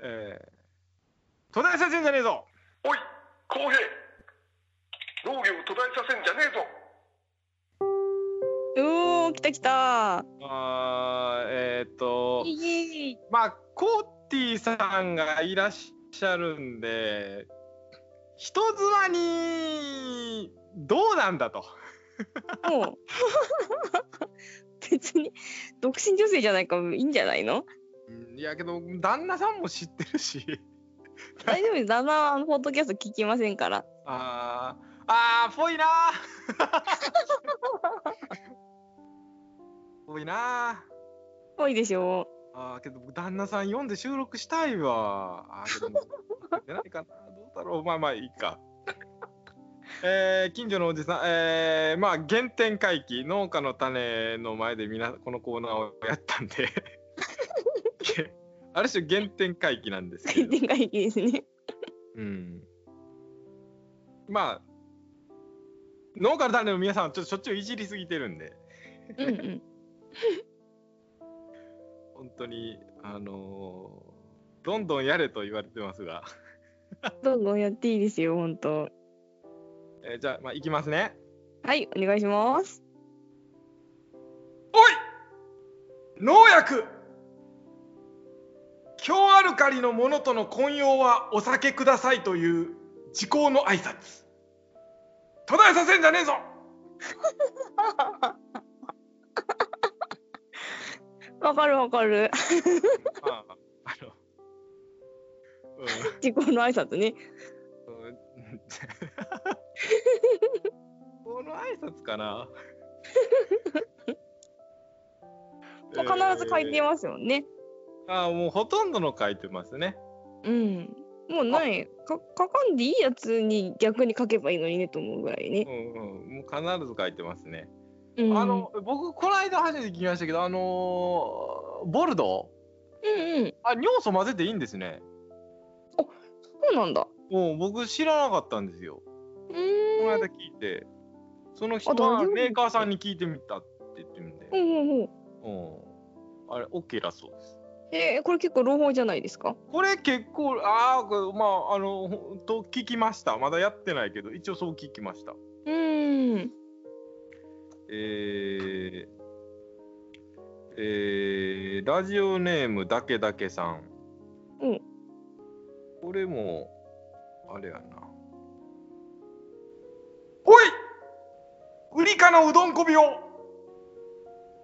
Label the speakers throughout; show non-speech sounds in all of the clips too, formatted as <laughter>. Speaker 1: えー、途絶えさせんじゃねえぞ
Speaker 2: おい公平農業を途絶えさせんじゃねえぞ
Speaker 3: おー、来た来た。
Speaker 1: あーえーっと
Speaker 3: イエーイ。
Speaker 1: まあコーティさんがいらっしゃるんで人妻にどうなんだと
Speaker 3: もう。別に、独身女性じゃないからいいんじゃないの
Speaker 1: いやけど旦那さんも知ってるし
Speaker 3: 大丈夫です。旦那はあのポッドキャスト聞きませんから。
Speaker 1: あーあーぽいなーぽいなー
Speaker 3: 多いでしょ
Speaker 1: あーけど僕旦那さん読んで収録したいわあーけども出ないかなどうだろうまあまあいいか <laughs> えー近所のおじさんえーまあ原点回帰農家の種の前でみなこのコーナーをやったんで <laughs> ある種原点回帰なんですけれ
Speaker 3: 回
Speaker 1: ど
Speaker 3: 転がいいですね。
Speaker 1: うんまあ農家の種の皆さんはちょっとしょっちゅういじりすぎてるんで
Speaker 3: うんうん。
Speaker 1: 本当にあのーどんどんやれと言われてますが、
Speaker 3: どんどんやっていいですよ、本当。
Speaker 1: えーじゃあまあ行きますね
Speaker 3: はい、お願いします。
Speaker 1: おい農薬強アルカリのものとの混用はお酒くださいという時効の挨拶途絶えさせんじゃねえぞ
Speaker 3: わかるわかる。
Speaker 1: <laughs> あああのうん
Speaker 3: 自己の挨拶ね。
Speaker 1: <laughs> この挨拶か
Speaker 3: <laughs>
Speaker 1: な
Speaker 3: 必ず書いて
Speaker 1: ま
Speaker 3: ますよね。
Speaker 1: す、ああもうほとんどの書いてますね
Speaker 3: うん。もうない。か書かんでいいやつに逆に書けばいいのにねと思うぐらいね
Speaker 1: う。んうんもう必ず書いてますね、
Speaker 3: うん、
Speaker 1: あの僕この間初めて聞きましたけどあのーボルド
Speaker 3: うんうん。
Speaker 1: ーあ尿素混ぜていいんですね
Speaker 3: そうなんだ。
Speaker 1: もう僕知らなかったんですよ
Speaker 3: う
Speaker 1: この
Speaker 3: ーん。
Speaker 1: 間聞いてその人
Speaker 3: あ大
Speaker 1: は
Speaker 3: 丈夫
Speaker 1: メーカーさんに聞いてみたって言ってるんで、
Speaker 3: ほうほうほう。
Speaker 1: うん、あれ OK だそうです
Speaker 3: えー、これ結構朗報じゃないですか。
Speaker 1: これ結構ああこれまああのほんと聞きましたまだやってないけど一応そう聞きました
Speaker 3: うーん。
Speaker 1: えーえーラジオネームだけだけさん、
Speaker 3: うん
Speaker 1: これもあれやなおいウリカのうどんこびを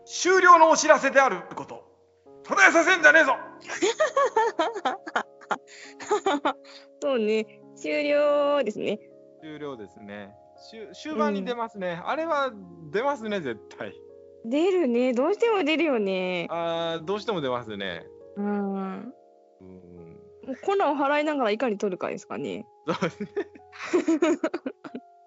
Speaker 1: 終了のお知らせであること途絶えさせんじゃねえぞ
Speaker 3: そうね。終了ですね。
Speaker 1: 終了ですね。終終盤に出ますね、あれは出ますね、絶対。
Speaker 3: 出るね。どうしても出るよね。
Speaker 1: あーどうしても出ますね。
Speaker 3: うん。
Speaker 1: うん。
Speaker 3: 粉を払いながらいかに取るかですかね。
Speaker 1: そうですね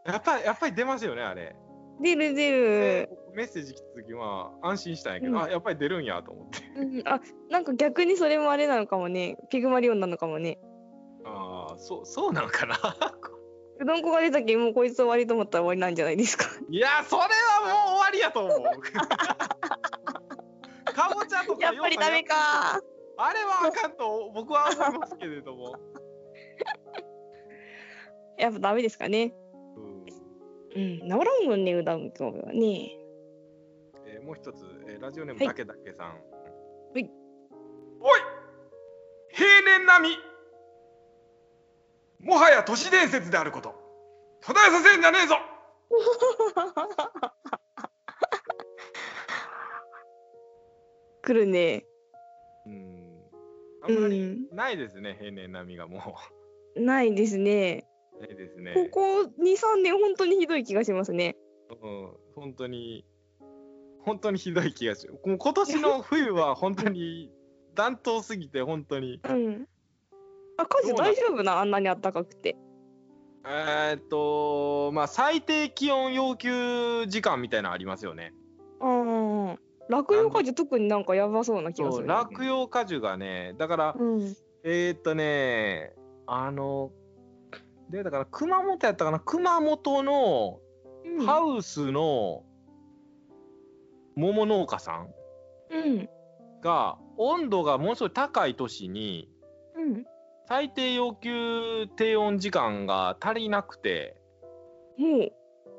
Speaker 1: やっぱり、や <laughs> っぱり出ますよね、あれ。
Speaker 3: 出る出る。
Speaker 1: メッセージ来た時は安心したんやけど、
Speaker 3: うん
Speaker 1: あ、やっぱり出るんやと思って。
Speaker 3: うん、あなんか逆にそれもあれなのかもね。ピグマリオンなのかもね。
Speaker 1: <laughs> ああ、そう、そうなんかな。
Speaker 3: うどんこが出たけんもうこいつ終わりと思ったら終わりなんじゃないですか。
Speaker 1: <laughs> いや、それはもう終わりやと <laughs> 思う。かぼちゃとか
Speaker 3: <laughs> やっぱりダメか。
Speaker 1: あれはあかんと僕は思いますけれども。
Speaker 3: やっぱダメですかね。
Speaker 1: うん
Speaker 3: うん、治らんもんね、うどんこはね。
Speaker 1: えーもう一つ、えーラジオネーム
Speaker 3: はい
Speaker 1: だけだけさん。
Speaker 3: ほい
Speaker 1: おい平年並みもはや都市伝説であること途絶えさせんじゃねえぞ
Speaker 3: 来るね。
Speaker 1: うんあ
Speaker 3: うん
Speaker 1: まり
Speaker 3: ん。
Speaker 1: ないですね、平年並みがも
Speaker 3: ないですね。
Speaker 1: う <laughs> ないです
Speaker 3: こ
Speaker 1: ね、
Speaker 3: こ2、3年本当にひどい気がしますね。
Speaker 1: うん、本当に本当にひどい気がするもう今年
Speaker 3: <laughs>
Speaker 1: の冬は本当に暖冬すぎて本当に
Speaker 3: うん。あ、カジ
Speaker 1: どうなん
Speaker 3: 大丈夫なあんなに暖かくて。
Speaker 1: えーっとまあ最低気温要求時間みたいなのありますよね
Speaker 3: うん。落葉果樹特になんかやばそうな気がす
Speaker 1: そう
Speaker 3: る、
Speaker 1: 落葉果樹がねだから、
Speaker 3: うん。
Speaker 1: えー、っとねあのでだから熊本やったかな熊本の
Speaker 3: うん。
Speaker 1: ハウスの桃農家さん
Speaker 3: うん。
Speaker 1: が温度がものすごい高い都市に
Speaker 3: うん。
Speaker 1: 最低要求低温時間が足りなくて、
Speaker 3: もう。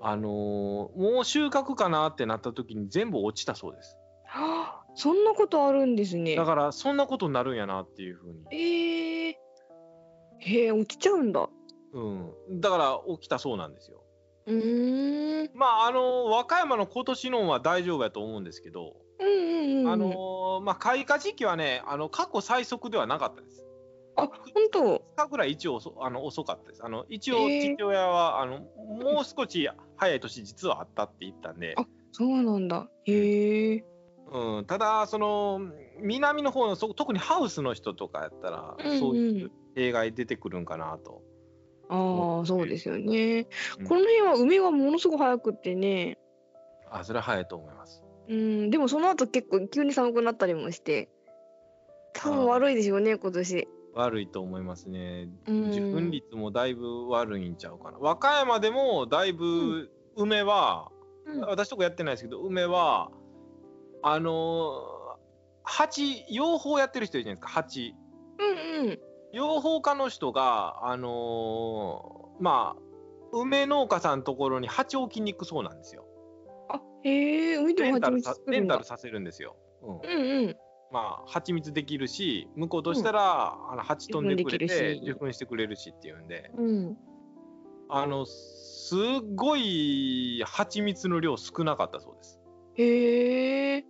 Speaker 1: あのーもう収穫かなってなった時に全部落ちたそうです。
Speaker 3: はあ、そんなことあるんですね
Speaker 1: だ。からそんなことになるんやなっていうふうに。
Speaker 3: ええへえ、落ちちゃうんだ。
Speaker 1: うん。だから起きたそうなんですよ。
Speaker 3: うーん。
Speaker 1: まああのー和歌山の今年のは大丈夫やと思うんですけど、
Speaker 3: うんうんうん。
Speaker 1: あの、ーまあ開花時期はねあの過去最速ではなかったです。
Speaker 3: あ、本当。
Speaker 1: 2日ぐらい一応遅あの遅かったです。あの一応
Speaker 3: えー
Speaker 1: 父親は、あのもう少し早い年実はあったって言ったんで
Speaker 3: あ、そうなんだ。へえ。
Speaker 1: うん、ただその南の方のそ特にハウスの人とかやったら、
Speaker 3: うんうん
Speaker 1: そういう弊害出てくるんかなと。
Speaker 3: ああ、そうですよね。
Speaker 1: うん
Speaker 3: この辺は梅がものすごく早くってね。
Speaker 1: あそれは早いと思います。
Speaker 3: うん、でもその後結構急に寒くなったりもして。多
Speaker 1: あー
Speaker 3: 分悪いでしょうね、今年。
Speaker 1: 悪いと思いますね。
Speaker 3: うん
Speaker 1: 受粉率もだいぶ悪いんちゃうかな。和歌山でもだいぶ梅は、
Speaker 3: うん
Speaker 1: 私とかやってないですけど梅はあのー蜂養蜂やってる人いるじゃないですか蜂。
Speaker 3: うんうん。
Speaker 1: 養蜂家の人があのーまあ梅農家さんのところに蜂置きに行くそうなんですよ。
Speaker 3: あ、へえ、海で
Speaker 1: レ
Speaker 3: も
Speaker 1: ンタ
Speaker 3: 蜂
Speaker 1: ル
Speaker 3: 蜜
Speaker 1: さ
Speaker 3: 作
Speaker 1: レ
Speaker 3: るん
Speaker 1: ンタ
Speaker 3: だ
Speaker 1: ル。させるんですよ。うん、
Speaker 3: うんうん。
Speaker 1: まあ蜂蜜できるし向こうとしたら、あの蜂飛んでくれ
Speaker 3: 受粉で
Speaker 1: て
Speaker 3: きるし
Speaker 1: 受粉してくれるしっていうんで
Speaker 3: うん。
Speaker 1: あのすっごい蜂蜜の量少なかったそうです
Speaker 3: へえ。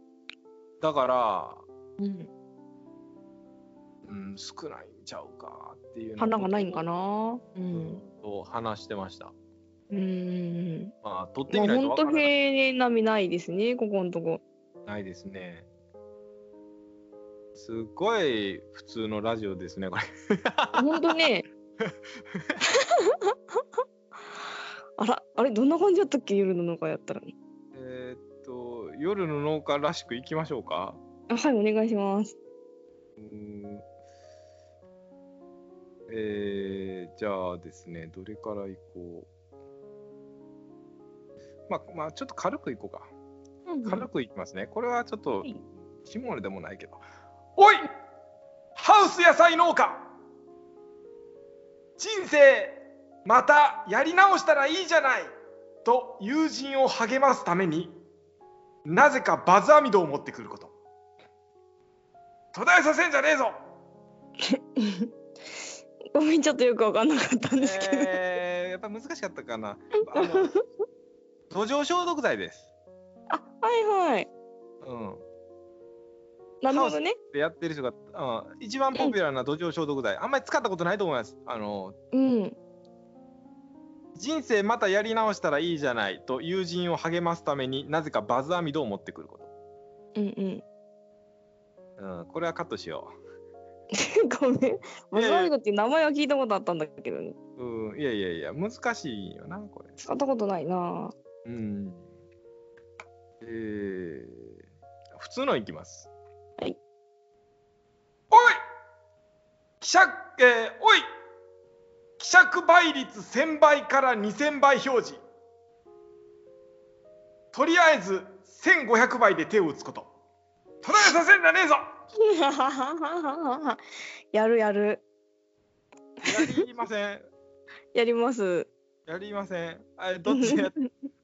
Speaker 1: だから、
Speaker 3: うん。
Speaker 1: うん、少ないんちゃうかっていうよう
Speaker 3: 花がないんか
Speaker 1: な
Speaker 3: な。う
Speaker 1: ことを、
Speaker 3: ん。
Speaker 1: うんと話してました
Speaker 3: うんうんうん。
Speaker 1: まあ取って
Speaker 3: ま
Speaker 1: み
Speaker 3: あ、
Speaker 1: ないと
Speaker 3: 本
Speaker 1: わ
Speaker 3: 当
Speaker 1: から
Speaker 3: 平
Speaker 1: ない
Speaker 3: 年並みないですね、ここのとこ。
Speaker 1: ないですねすごい普通のラジオですねこれ
Speaker 3: 本当
Speaker 1: <laughs>
Speaker 3: ね。あら、あれ、どんな感じだったっけ、夜の農家やったら。
Speaker 1: えーっと夜の農家らしくいきましょうか
Speaker 3: あはい、お願いします。
Speaker 1: うんえーじゃあですね、どれから行こう。まあ、まあ、ちょっと軽く行こうか。軽く行きますね。これはちょっと
Speaker 3: はい、
Speaker 1: 下ネタでもないけど。おいハウス野菜農家人生、またやり直したらいいじゃないと友人を励ますために、なぜかバズ網戸を持ってくること。途絶えさせんじゃねえぞ
Speaker 3: ごめん、ちょっとよくわかんなかったんですけど。
Speaker 1: えーやっぱ難しかったかな。あの土壌消毒剤です。
Speaker 3: あ、はいはい。
Speaker 1: うん。
Speaker 3: なるほどね。
Speaker 1: でやってる人が、うん、一番ポピュラーな土壌消毒剤。あんまり使ったことないと思います。あの
Speaker 3: うん。
Speaker 1: 人生またやり直したらいいじゃないと友人を励ますためになぜかバズ網戸を持ってくるこ
Speaker 3: うんうん。
Speaker 1: と。うん。これはカットしよ
Speaker 3: ごめん。マズワイドっていう名前は聞いたことあったんだけどね。
Speaker 1: う。うん。いやいやいや難しいよなこれ。
Speaker 3: 使ったことないな。
Speaker 1: うん。えー、普通のいきます。
Speaker 3: はい。
Speaker 1: おい希釈、えー、おい希釈倍率1000倍から2000倍表示。とりあえず1500倍で手を打つこと。途絶えさせんじゃねえぞ
Speaker 3: <laughs> やるやる。
Speaker 1: やりません。
Speaker 3: やります。
Speaker 1: やりません。あれどっち
Speaker 3: <laughs>
Speaker 1: や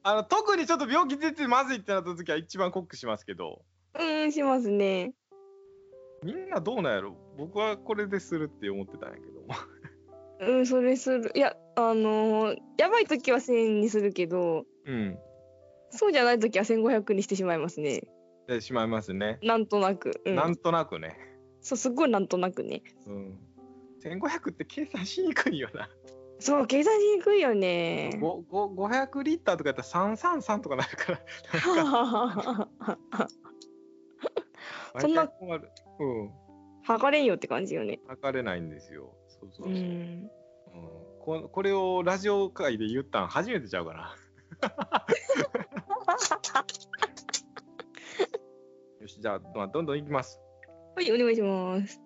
Speaker 1: あの特にちょっと病気出てまずいってなった時は一番コックしますけど。
Speaker 3: うん、しますね。
Speaker 1: みんなどうなんやろ僕はこれでするって思ってたんや
Speaker 3: <laughs>
Speaker 1: けども。
Speaker 3: うん、それする。いや、あのーやばい時は1000にするけど、
Speaker 1: うん。
Speaker 3: そうじゃない時は1500にしてしまいますね。
Speaker 1: でしまいますね。
Speaker 3: なんとなく。うん、
Speaker 1: なんとなくね。
Speaker 3: そう、すっごいなんとなくね。
Speaker 1: うん。1500って計算しにくいよな。
Speaker 3: そう、計算しにくいよね。
Speaker 1: ごご500リッターとかやったら333とかなるから。
Speaker 3: <laughs> そんな
Speaker 1: 毎回困る。うん。
Speaker 3: <laughs> 測れんよって感じよね。
Speaker 1: 測れないんですよ。そうそう
Speaker 3: う
Speaker 1: そう。うん
Speaker 3: ん。
Speaker 1: ここれをラジオ界で言ったん初めてちゃうかな。よし、じゃあ、まあ、どんどんいきます。
Speaker 3: はい、お願いします。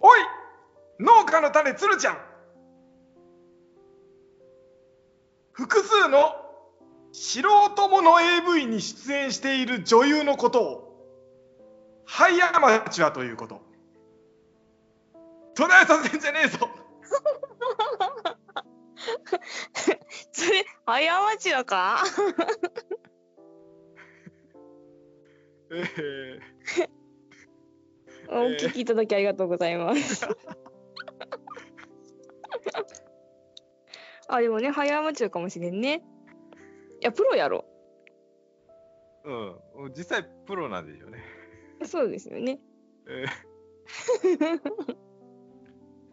Speaker 1: おい農家の種鶴ちゃん複数の素人もの AV に出演している女優のことをハイアマチュアということ途絶えさせんじゃねえぞ
Speaker 3: それ過ちだか
Speaker 1: えー
Speaker 3: お聞きいただきありがとうございます。 <laughs> あでもね早まっちゃうかもしれんね。いやプロやろ。
Speaker 1: うん、実際プロなんでしょうね。
Speaker 3: そうですよね。
Speaker 1: えー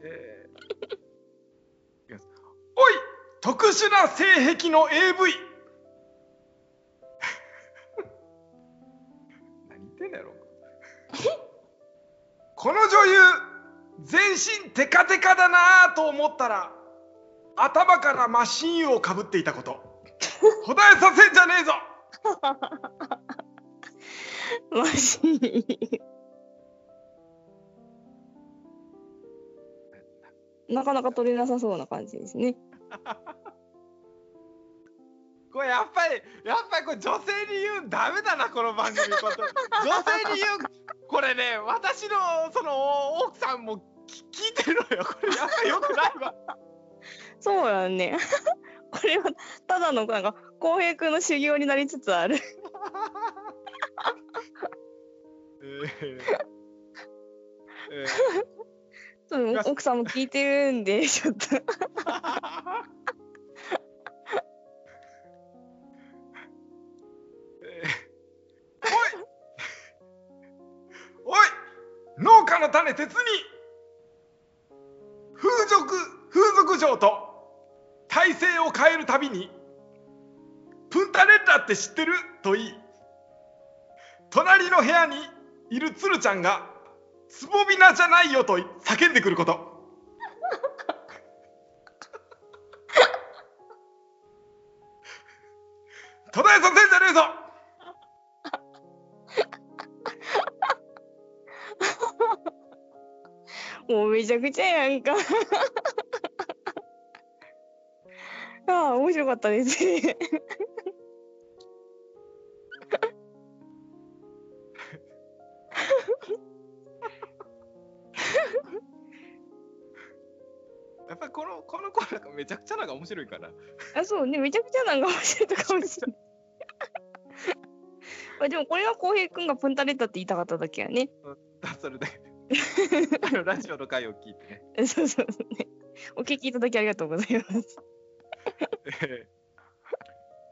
Speaker 1: えーいきますおい特殊な性癖の AV! <laughs> 何言ってんだろ <laughs> この女優全身テカテカだなぁと思ったら頭からマシン油をかぶっていたこと <laughs> 途絶えさせんじゃねえぞ
Speaker 3: マジ。なかなか取れなさそうな感じですね。
Speaker 1: これやっぱりやっぱりこれ女性に言うんダメだなこの番組こと女性に言うこれね私のその奥さんも聞聞いてるのよこれやっぱりよくないわ
Speaker 3: そうだね。 <laughs> これはただのなんか浩平君の修行になりつつある。
Speaker 1: えーえ
Speaker 3: そう奥さんも聞いてるんで <laughs> ちょっと。
Speaker 1: ーえーおいおい農家の種鉄に風俗風俗嬢と体勢を変えるたびに「プンタレッラって知ってる?」と言い隣の部屋にいる鶴ちゃんが「つぼびなじゃないよ」と叫んでくること。途絶えさせんじゃねえぞ
Speaker 3: もうめちゃくちゃやんか。 <laughs> ああ、面白かったですね。
Speaker 1: やっぱりこのこの子なんかめちゃくちゃなんか面白いから。
Speaker 3: あ、そうね、めちゃくちゃなんか面白いとかもしれない。 <laughs> まあでもこれは浩平くんがプンタレッタって言いたかっただけやね。 <laughs>
Speaker 1: だそれであのラジオの回を聞いてね。
Speaker 3: そうそうそうね。お聞きいただきありがとうございます。
Speaker 1: えー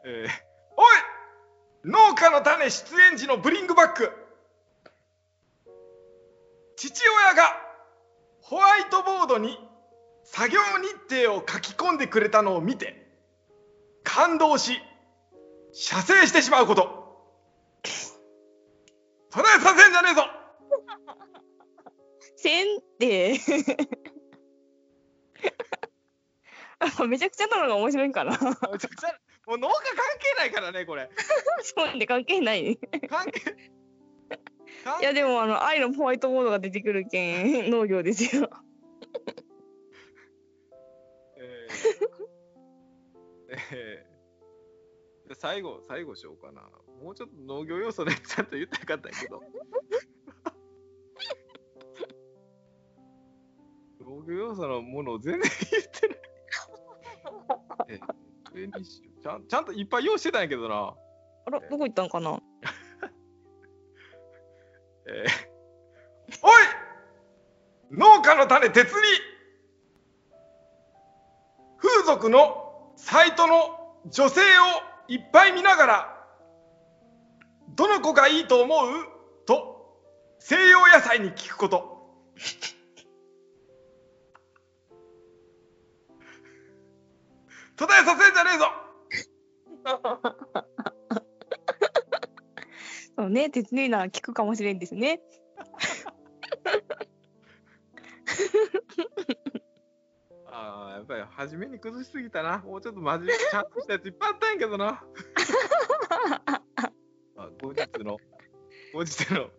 Speaker 1: えーおい農家の種出演時のブリングバック父親がホワイトボードに作業日程を書き込んでくれたのを見て感動し射精してしまうこと途絶えさせんじゃねえぞ <laughs>
Speaker 3: せんって。 <laughs> あめちゃくちゃなの <laughs> が面白いからそ
Speaker 1: めちゃくちゃもう農家関係ないからねこれ
Speaker 3: うね関係ないね
Speaker 1: 関係関
Speaker 3: いやでもあの愛のホワイトボードが出てくるけん農業で
Speaker 1: <laughs>
Speaker 3: すよ
Speaker 1: えーえー <laughs> で最後最後しようかなもうちょっと農業要素でちゃんと言ったらよかったんや
Speaker 3: <laughs>
Speaker 1: けど農業要素のものを全然言ってないえーどれにしようちゃんちゃんといっぱい用意してたんやけどな
Speaker 3: あらどこ行ったんかな
Speaker 1: えーおい農家の種鉄に風俗のサイトの女性をいっぱい見ながらどの子がいいと思うと西洋野菜に聞くこと途絶えさせんじゃねえぞ
Speaker 3: そうね、鉄ねな聞くかもしれんで
Speaker 1: <laughs>
Speaker 3: すね。
Speaker 1: ああやっぱり初めに崩しすぎたなもうちょっと真面目にちゃんとしたやついっぱいあったんやけどなあ後日
Speaker 3: <laughs>
Speaker 1: の後日の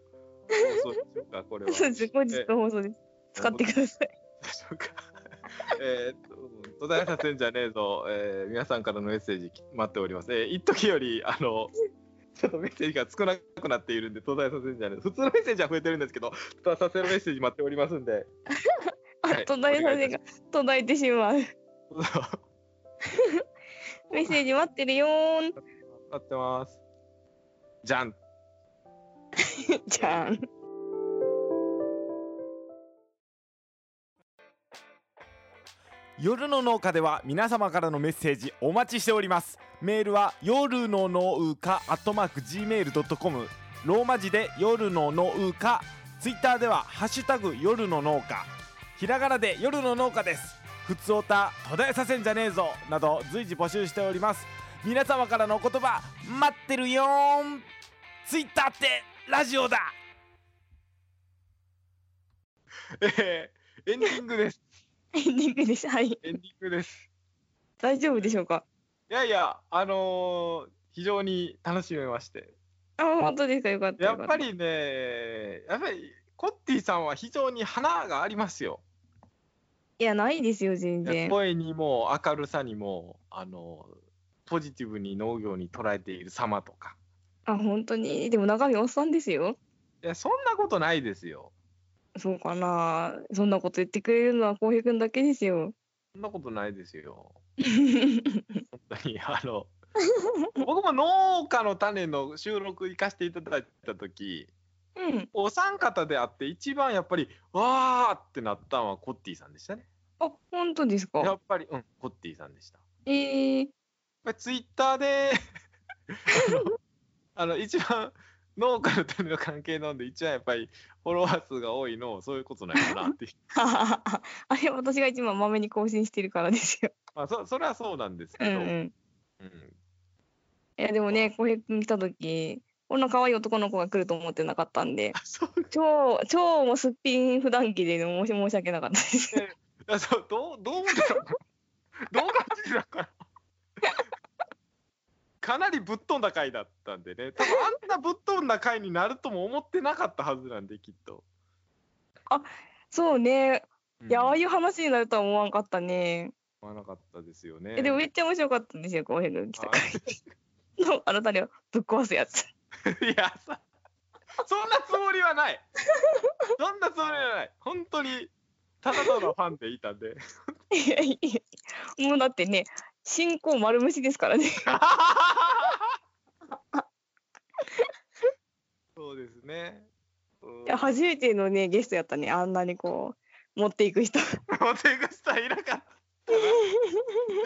Speaker 1: 放送でしょうかこれは
Speaker 3: そうです。後日の放送です。使ってください。
Speaker 1: でしょうか <laughs> えーっと途絶えさせんじゃねえぞ、えー皆さんからのメッセージ待っておりますえー一時よりあ
Speaker 3: <laughs>
Speaker 1: のちょっとメッセージが少なくなっているんで途絶えさせんじゃねえぞ普通のメッセージは増えてるんですけど途絶えさせるメッセージ待っておりますんで <laughs>
Speaker 3: あ
Speaker 1: はい
Speaker 3: 途絶えさせが途絶えてしま
Speaker 1: お
Speaker 3: う。
Speaker 1: 願いいたします
Speaker 3: メッセージ待ってるよーん。
Speaker 1: 待ってますじゃん
Speaker 3: じゃん。
Speaker 4: 夜の農家では皆様からのメッセージお待ちしておりますメールは夜の農家アットマーク Gmail.com ローマ字で夜の農家ツイッターではハッシュタグ夜の農家ひらがなで夜の農家ですふつおた途絶えさせんじゃねえぞなど随時募集しております皆様からのお言葉待ってるよーんツイッターってラジオだ
Speaker 1: えー、エンディングです
Speaker 3: エンディングです。はい。
Speaker 1: エンディングです
Speaker 3: 大丈夫でしょうか。
Speaker 1: いやいやあのー非常に楽しめまして
Speaker 3: あ、本当ですか。よかった。
Speaker 1: やっ
Speaker 3: よか
Speaker 1: ぱ
Speaker 3: た。
Speaker 1: りねやっぱりコッティさんは非常に花がありますよ
Speaker 3: いや、ないですよ、全然。
Speaker 1: 声にも明るさにもあのポジティブに農業に捉えている様とか
Speaker 3: あ、本当に。でも中身おっさんですよ。
Speaker 1: いやそんなことないですよ
Speaker 3: そうかな。そんなこと言ってくれるのは浩平くんだけですよ。
Speaker 1: そんなことないですよ本当にあの僕も農家の種の収録行かせていただいた時
Speaker 3: うん。
Speaker 1: お三方であって一番やっぱりわーってなったのはコッティさんでしたね
Speaker 3: あ、本当です
Speaker 1: や
Speaker 3: か。
Speaker 1: っぱりうんコッティさんでした
Speaker 3: ええ
Speaker 1: や
Speaker 3: ー。
Speaker 1: っぱりツイッター
Speaker 3: <laughs>
Speaker 1: であのあの一番農家の種の関係なんで一番やっぱりフォロワー数が多いのそういうことなんかなっ
Speaker 3: <laughs>
Speaker 1: ていう
Speaker 3: あれ私が一番まめに更新してるからですよ。
Speaker 1: まあそそれはそうなんですけ
Speaker 3: うん
Speaker 1: ど、
Speaker 3: う
Speaker 1: うん
Speaker 3: ん。いやでもね、浩平君来た時、こんな可愛い男の子が来ると思ってなかったんで、
Speaker 1: あそう
Speaker 3: 超、超もうすっぴん普段着で申し申し訳なかったです。 <laughs>
Speaker 1: あそうどうどう思ってたの <laughs> かどう感じてたのかな <laughs> かなりぶっ飛んだ回だったんでね多分あんなぶっ飛んだ回になるとも思ってなかったはずなんできっと。
Speaker 3: そうね、
Speaker 1: うん
Speaker 3: いや、ああいう話になるとは思わんかったね。
Speaker 1: 思わなかったですよ
Speaker 3: え
Speaker 1: ね。
Speaker 3: でもめっちゃ面白かったんですよ、浩平君来た
Speaker 1: はい
Speaker 3: 回の。あなたにはぶっ壊すやつ。 <laughs>
Speaker 1: いやさそんなつもりはないそんなつもりはない本当にただただファンでいたん
Speaker 3: <laughs>
Speaker 1: で
Speaker 3: いやいや、もうだってね、進行丸無視ですからね。
Speaker 1: そうですねうん
Speaker 3: いや初めてのね、ゲストやったね、あんなにこう、持っていく人。
Speaker 1: モテグスタいなかったない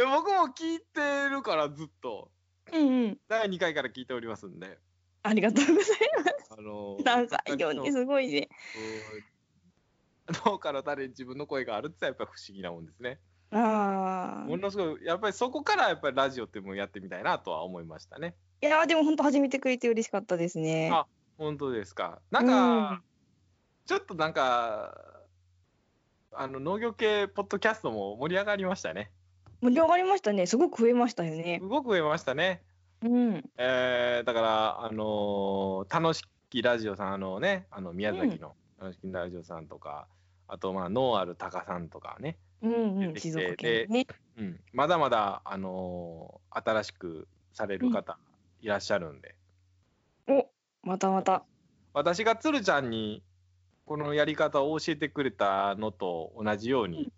Speaker 1: や僕も聞いてるからずっと
Speaker 3: うんうん。
Speaker 1: 第2回から聞いておりますんで
Speaker 3: <laughs> ありがとうございます。
Speaker 1: あの
Speaker 3: なんか非常にすごいね。
Speaker 1: 脳から誰に自分の声があるってやっぱ不思議なもんですね
Speaker 3: ああ
Speaker 1: も。のすごいやっぱりそこからやっぱりラジオってもうやってみたいなとは思いましたね。
Speaker 3: いやーでも本当始めてくれて嬉しかったですね。
Speaker 1: あ本当ですか。なんか、ちょっとなんかあの農業系ポッドキャストも盛り上がりましたね。
Speaker 3: 盛り上がりましたね。すごく増えましたよね
Speaker 1: す。ごく増えましたね。
Speaker 3: うん。
Speaker 1: えー、だからあのー楽しきラジオさんあのねあの宮崎の楽しきラジオさんとか、あとまあノーアルタカさんとかね。
Speaker 3: うんうん。
Speaker 1: 出てき
Speaker 3: 静
Speaker 1: て
Speaker 3: 岡県のね。
Speaker 1: うん、まだまだあのー新しくされる方いらっしゃるんで。
Speaker 3: お、またまた。
Speaker 1: 私が鶴ちゃんにこのやり方を教えてくれたのと同じように、
Speaker 3: うん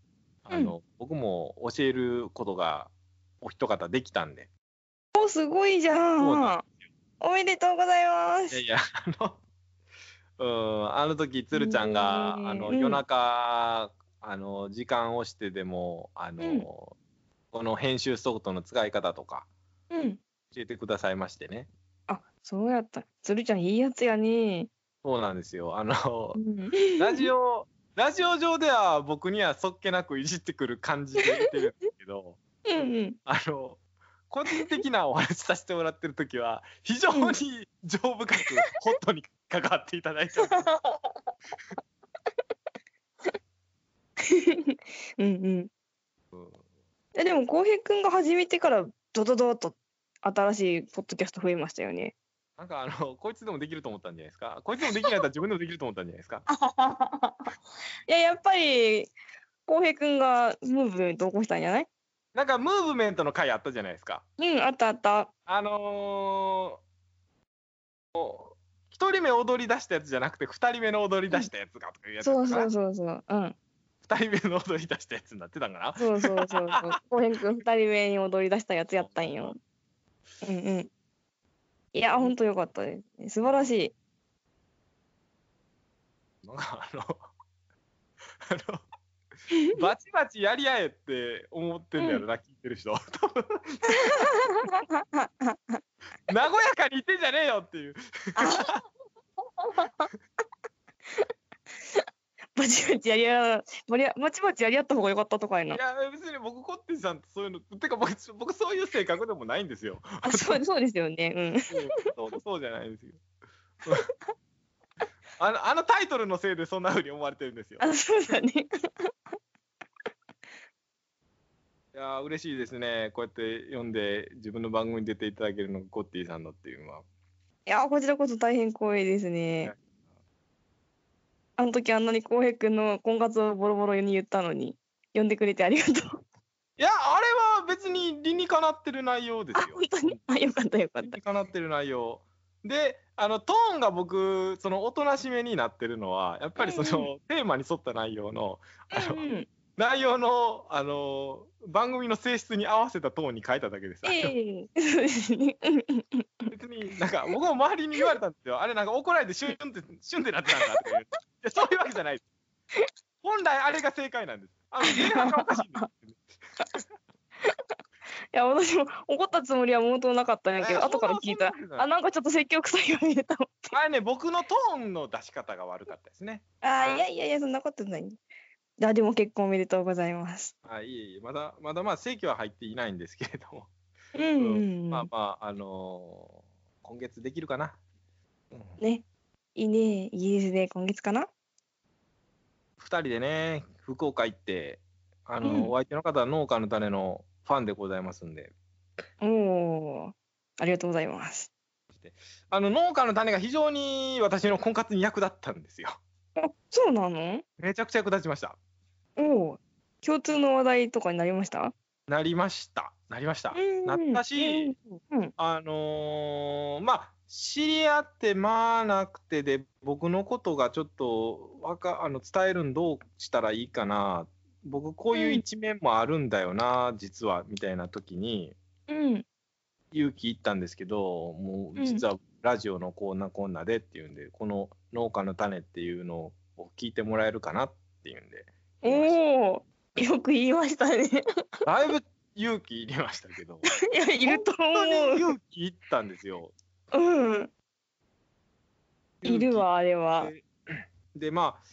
Speaker 1: あの僕も教えることがお一方できたんで
Speaker 3: お、すごいじゃ。
Speaker 1: そうなん
Speaker 3: おめでとうございま
Speaker 1: いや
Speaker 3: す
Speaker 1: い。やあの <laughs> うんあの時鶴ちゃんが、
Speaker 3: ねえ
Speaker 1: あの
Speaker 3: うん
Speaker 1: 夜中、あの時間をしてでもあの、
Speaker 3: うん
Speaker 1: この編集ソフトの使い方とか
Speaker 3: うん。
Speaker 1: 教えてくださいましてね
Speaker 3: あ、そうやった。つるちゃんいいやつやね。
Speaker 1: そうなんですよあの
Speaker 3: うん。
Speaker 1: ラジオ、ラジオ上では僕にはそっけなくいじってくる感じで言ってるんですけど、
Speaker 3: うんうん。
Speaker 1: あの、個人的なお話しさせてもらってる時
Speaker 3: <laughs>
Speaker 1: は、非常に情深くホットに関わっていただいてます、
Speaker 3: うんうん。
Speaker 1: うん
Speaker 3: えでも浩平くんが始めてからドドドーっと新しいポッドキャスト増えましたよね。
Speaker 1: なんかあの、こいつでもできると思ったんじゃないですか。こいつでもできないったら自分でもできると思ったんじゃないですか。
Speaker 3: <laughs> いや、やっぱり、浩平くんがムーブメント起こしたんじゃない
Speaker 1: なんかムーブメントの回あったじゃないですか。
Speaker 3: うん、あったあった。
Speaker 1: あのーお一人目踊り出したやつじゃなくて二人目の踊り出したやつがとかいうやつ
Speaker 3: そう
Speaker 1: か
Speaker 3: そ
Speaker 1: な
Speaker 3: うそうそう。うん。
Speaker 1: 人目の踊り出したやつになってたんかな
Speaker 3: そうそう <laughs> そうそう。浩平君二人目に踊り出したやつやったんよ。うんうん。いや、ほんとよかったです。素晴らしい。
Speaker 1: なんかあのあのバチバチやり合えって思ってんだよな、聞いてる人多分和やかに言ってんじゃねえよっていう
Speaker 3: バチバチやり合う、やバチバチやり合った方がよかったとかや
Speaker 1: い
Speaker 3: な
Speaker 1: や。別に僕コッティさんとそういうのてか僕僕そういう性格でもないんですよ
Speaker 3: あ、そう、そうですよね。うん。
Speaker 1: そうそうそうじゃないですよあのあのタイトルのせいでそんな風に思われてるんですよ
Speaker 3: あ、そうだね。
Speaker 1: いやー嬉しいですねこうやって読んで自分の番組に出ていただけるのがコッティさんのっていうのはい
Speaker 3: や、こちらこそ大変光栄ですね。あの時あんなに浩平君の婚活をボロボロに言ったのに、呼んでくれてありが
Speaker 1: <laughs>
Speaker 3: とう。
Speaker 1: いや、あれは別に理にかなってる内容です
Speaker 3: あ、
Speaker 1: よ
Speaker 3: 本。当に。あ、よかったよかっ
Speaker 1: 理
Speaker 3: た
Speaker 1: に。かなってる内容。で、あの、トーンが僕、その、おとなしめになってるのは、やっぱりその、テーマに沿った内容の、あ
Speaker 3: う
Speaker 1: の、
Speaker 3: ん。
Speaker 1: 内容の、あの、番組の性質に合わせたトーンに変えただけです。
Speaker 3: ええそうですね。うんうん
Speaker 1: 別に、なんか、僕も周りに言われたんですよ。あれ、なんか怒られて、シュンって、シュンってなってたんだっていう。いや、そういうわけじゃないです。本来、あれが正解なんです。あの、前半がおかしいんです。
Speaker 3: いや、私も怒ったつもりは毛頭なかったんやけ
Speaker 1: え
Speaker 3: ど、
Speaker 1: ー
Speaker 3: 後から聞いたら
Speaker 1: そんなそんなことない
Speaker 3: あ、なんかちょっと説教臭いように見えたもん。
Speaker 1: あれね、僕のトーンの出し方が悪かったですね。
Speaker 3: あー、いやいやいや、そんなことない。あ、でも結婚おめでとうございます。
Speaker 1: あいえいえ、まだ、まだまあ、正規は入っていないんですけれども、
Speaker 3: うんうんうん。
Speaker 1: まあまあ、あのー今月できるかな。うん
Speaker 3: ね。いいね。いいですね。今月かな
Speaker 1: 二人でね、福岡行って、あのー
Speaker 3: うん
Speaker 1: お相手の方は農家の種のファンでございますんで、
Speaker 3: おお。ありがとうございます。
Speaker 1: あの、農家の種が非常に私の婚活に役立ったんですよ。
Speaker 3: あ、そうなの
Speaker 1: めちゃくちゃ役立ちました。
Speaker 3: おお。共通の話題とかになりました
Speaker 1: なりました。なりました。なったし、
Speaker 3: うんうん。
Speaker 1: あのーまあ知り合ってまあなくてで僕のことがちょっとわかあの伝えるんどうしたらいいかな僕こういう一面もあるんだよな、実はみたいな時に
Speaker 3: うん。
Speaker 1: 勇気いったんですけども
Speaker 3: う
Speaker 1: うん実はラジオのこんなこんなでっていうんで、この「農家の種」っていうのを聞いてもらえるかなっていうんで
Speaker 3: おお。よく言いましたね。
Speaker 1: <laughs> だいぶ勇気いりましたけ
Speaker 3: <laughs>
Speaker 1: ど
Speaker 3: いや、いると
Speaker 1: 本当に
Speaker 3: 思う。
Speaker 1: 勇気いったんですよ。
Speaker 3: うん。いるわ、あれは。
Speaker 1: でまあ、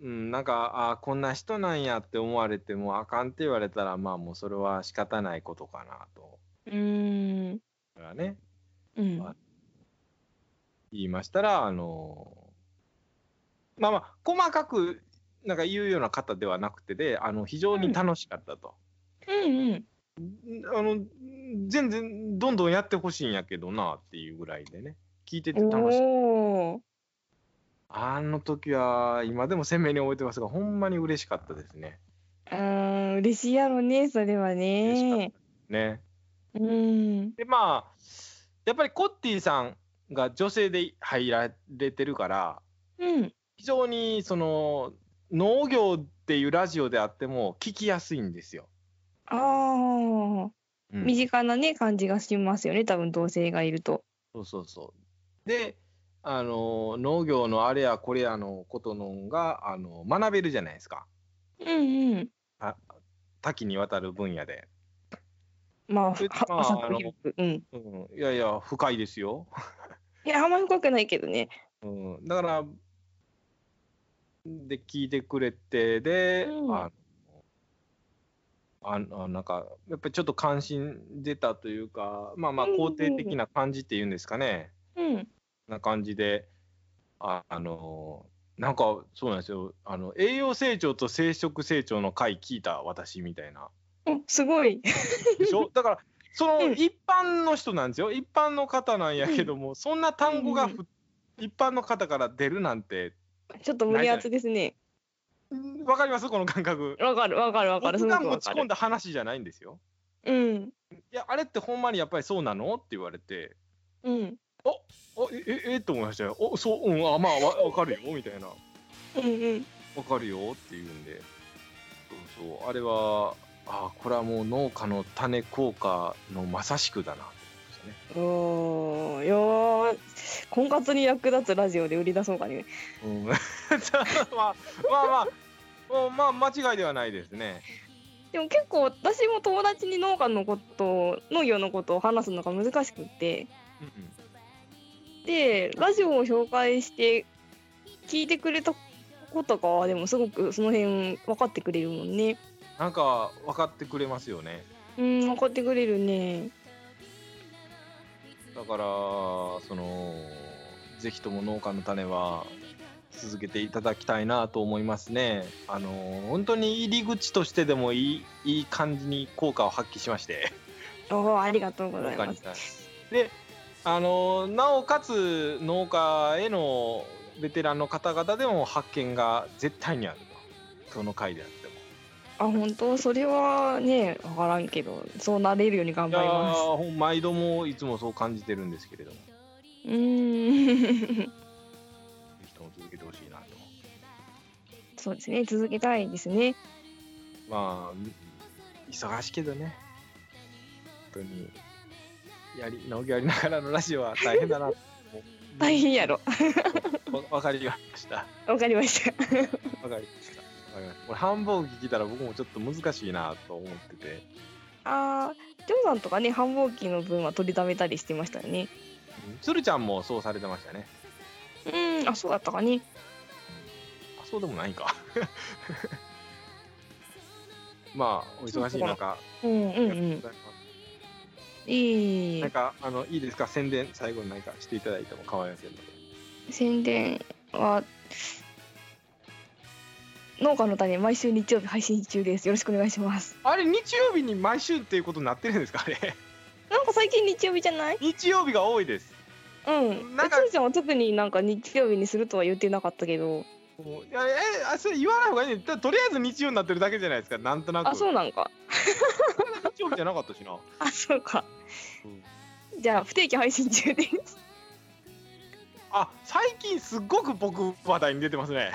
Speaker 1: うん、なんかあこんな人なんやって思われてもあかんって言われたらまあもうそれは仕方ないことかなと。
Speaker 3: うーん。
Speaker 1: だからね
Speaker 3: うん。
Speaker 1: あ言いましたらあのまあまあ細かくなんか言うような方ではなくてであの非常に楽しかったと。
Speaker 3: うんうん。
Speaker 1: あの全然どんどんやってほしいんやけどなっていうぐらいでね聞いてて楽しかった。
Speaker 3: おお。
Speaker 1: あの時は今でも鮮明に覚えてますがほんまに嬉しかったですね。
Speaker 3: うーん、嬉しいやろね、それは
Speaker 1: 嬉しかった
Speaker 3: ね
Speaker 1: で。すね。
Speaker 3: うん。
Speaker 1: でまあやっぱりコッティさんが女性で入られてるから
Speaker 3: うん。
Speaker 1: 非常にその農業っていうラジオであっても聞きやすいんですよ。
Speaker 3: ああ、
Speaker 1: うん
Speaker 3: 身近なね、感じがしますよね、多分同性がいると。
Speaker 1: そうそうそうであの農業のあれやこれやのことのんがあの学べるじゃないですか
Speaker 3: うんうん。
Speaker 1: 多岐にわたる分野で。
Speaker 3: まあ、は
Speaker 1: それでまあ
Speaker 3: 浅く広く。うん。
Speaker 1: うん、いやいや深いですよ。
Speaker 3: いや、あんまり深くないけどね。
Speaker 1: うん、だからで聞いてくれてで、
Speaker 3: うん
Speaker 1: あああなんかやっぱりちょっと関心出たというかまあまあ
Speaker 3: うんうんうん
Speaker 1: 肯定的な感じっていうんですかね、
Speaker 3: うん。
Speaker 1: な感じでああのなんかそうなんですよあの栄養成長と生殖成長の回聞いた私みたいな
Speaker 3: お、すごい。
Speaker 1: でしょだからその
Speaker 3: うん
Speaker 1: 一般の人なんですよ一般の方なんやけども、そんな単語がふ、
Speaker 3: うん
Speaker 1: 一般の方から出るなんて
Speaker 3: <laughs> ちょっと胸熱ですね。
Speaker 1: うんわかりますこの感覚。
Speaker 3: わかるわかるわかる。す
Speaker 1: 僕が
Speaker 3: ごく
Speaker 1: 持
Speaker 3: わ
Speaker 1: ち
Speaker 3: か
Speaker 1: 込ん
Speaker 3: る。
Speaker 1: だ話じゃないんですよ。
Speaker 3: うん。
Speaker 1: いや、あれってほんまにやっぱりそうなのって言われて、
Speaker 3: うん。
Speaker 1: あえ、え、えと思いましたよ。お、そう、うん、あ、まあ、わわかるよ、みたいな。
Speaker 3: うんうん。
Speaker 1: わかるよって言うんで。そうそうあれはあーこれはもう農家の種効果のまさしくだなと思いましたね
Speaker 3: おーいやー婚活に役立つラジオで売り出そうかね
Speaker 1: うんまあ <laughs> まあまあもうまあ間違いではないですね。
Speaker 3: でも結構私も友達に農家のこと農業のことを話すのが難しくってでラジオを紹介して聞いてくれた子とかはでもすごくその辺分かってくれるもんね
Speaker 1: なんか分かってくれますよね。
Speaker 3: うん分かってくれるね
Speaker 1: だからそのぜひとも農家の種は続けていただきたいなと思いますね。あの本当に入り口としてでもいいいい感じに効果を発揮しまして。
Speaker 3: おーありがとうご
Speaker 1: 農
Speaker 3: ざい
Speaker 1: 家
Speaker 3: ま
Speaker 1: に
Speaker 3: す
Speaker 1: 対してであのなおかつ農家へのベテランの方々でも発見が絶対にあるとその回であっても
Speaker 3: あ本当それはね分からんけどそうなれるように頑
Speaker 1: い
Speaker 3: 張
Speaker 1: や
Speaker 3: ります
Speaker 1: ーほん毎度もいつもそう感じてるんですけれどもぜ
Speaker 3: うーん <laughs>
Speaker 1: ひとも続けてほしいなと
Speaker 3: そうですね続けたいですね
Speaker 1: まあ忙しいけどね本当にやり農業やりながらのラジオは大変だなもう
Speaker 3: <laughs> 大変やろ
Speaker 1: わわかりました
Speaker 3: わかりました
Speaker 1: わ
Speaker 3: <laughs>
Speaker 1: かりました。わかりました。これ繁忙期聞いたら僕もちょっと難しいなと思ってて、
Speaker 3: あージョンさんとかね繁忙期の分は取りためたりしてましたよね
Speaker 1: 鶴ちゃんもそうされてましたね。
Speaker 3: うんあそうだったかね
Speaker 1: あ、そうでもないか。 <laughs> まあ、お忙しい中、
Speaker 3: うんうんう
Speaker 1: ありがとうんございます
Speaker 3: いい
Speaker 1: なんか、あの、いいですか、宣伝、最後に何かしていただいても構いませんので。
Speaker 3: 宣伝は農家の種毎週日曜日配信中ですよろしくお願いします
Speaker 1: あれ、日曜日に毎週っていうことになってるんですか、あれ。
Speaker 3: なんか最近日曜日じゃない
Speaker 1: 日曜日が多いです。
Speaker 3: うん
Speaker 1: なんか
Speaker 3: つるちゃんは特になんか日曜日にするとは言ってなかったけ
Speaker 1: も
Speaker 3: ど
Speaker 1: ういやえあそれ言わない方がいいね。ただとりあえず日曜になってるだけじゃないですか、なんとなく。
Speaker 3: あそうなんか
Speaker 1: 日曜日じゃなかったしな。
Speaker 3: あそうか
Speaker 1: うん
Speaker 3: じゃあ不定期配信中です <laughs>
Speaker 1: あ最近すっごく僕話題に出てますね。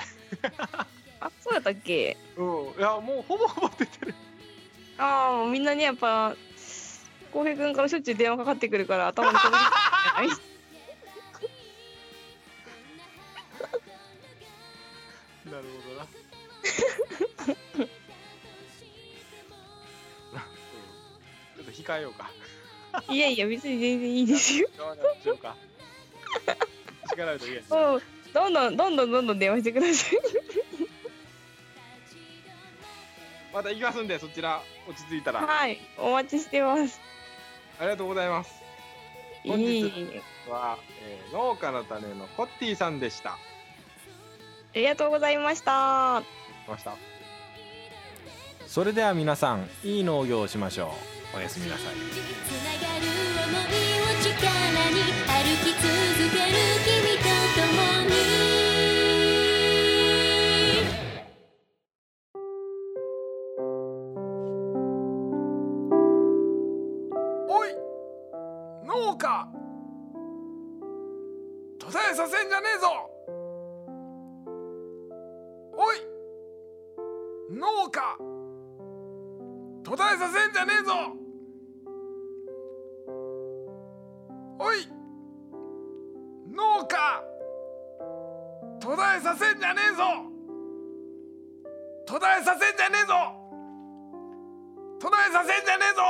Speaker 3: あそうだったっけ
Speaker 1: うん、いやもうほぼほぼ出てる。
Speaker 3: ああもうみんなねやっぱ浩平君からしょっちゅう電話かかってくるから頭に飛びついて
Speaker 1: なるほど
Speaker 3: <laughs>
Speaker 1: な。ちょっと控えようか。 <laughs>
Speaker 3: いやいや別に全然いいですよ
Speaker 1: どうなんでしょうか。力ないといけない。
Speaker 3: うんどんどんどんどんどんどん電話してください
Speaker 1: また行きますんでそちら落ち着いたら。あ
Speaker 3: はい、お待ちしてます。
Speaker 1: りがとうございます。本
Speaker 3: い
Speaker 1: 日
Speaker 3: い。
Speaker 1: は、えー農家の種のコッティさんでした。
Speaker 3: ありがとうございました。
Speaker 1: ました。それでは皆さんいい農業をしましょう。おやすみなさい。
Speaker 5: つながる想いを力に歩き続ける君と共に
Speaker 6: おい農家途絶えさせんじゃねえぞおい農家途絶えさせんじゃねえぞおい農家途絶えさせんじゃねえぞ途絶えさせんじゃねえぞ途絶えさせんじゃねえぞ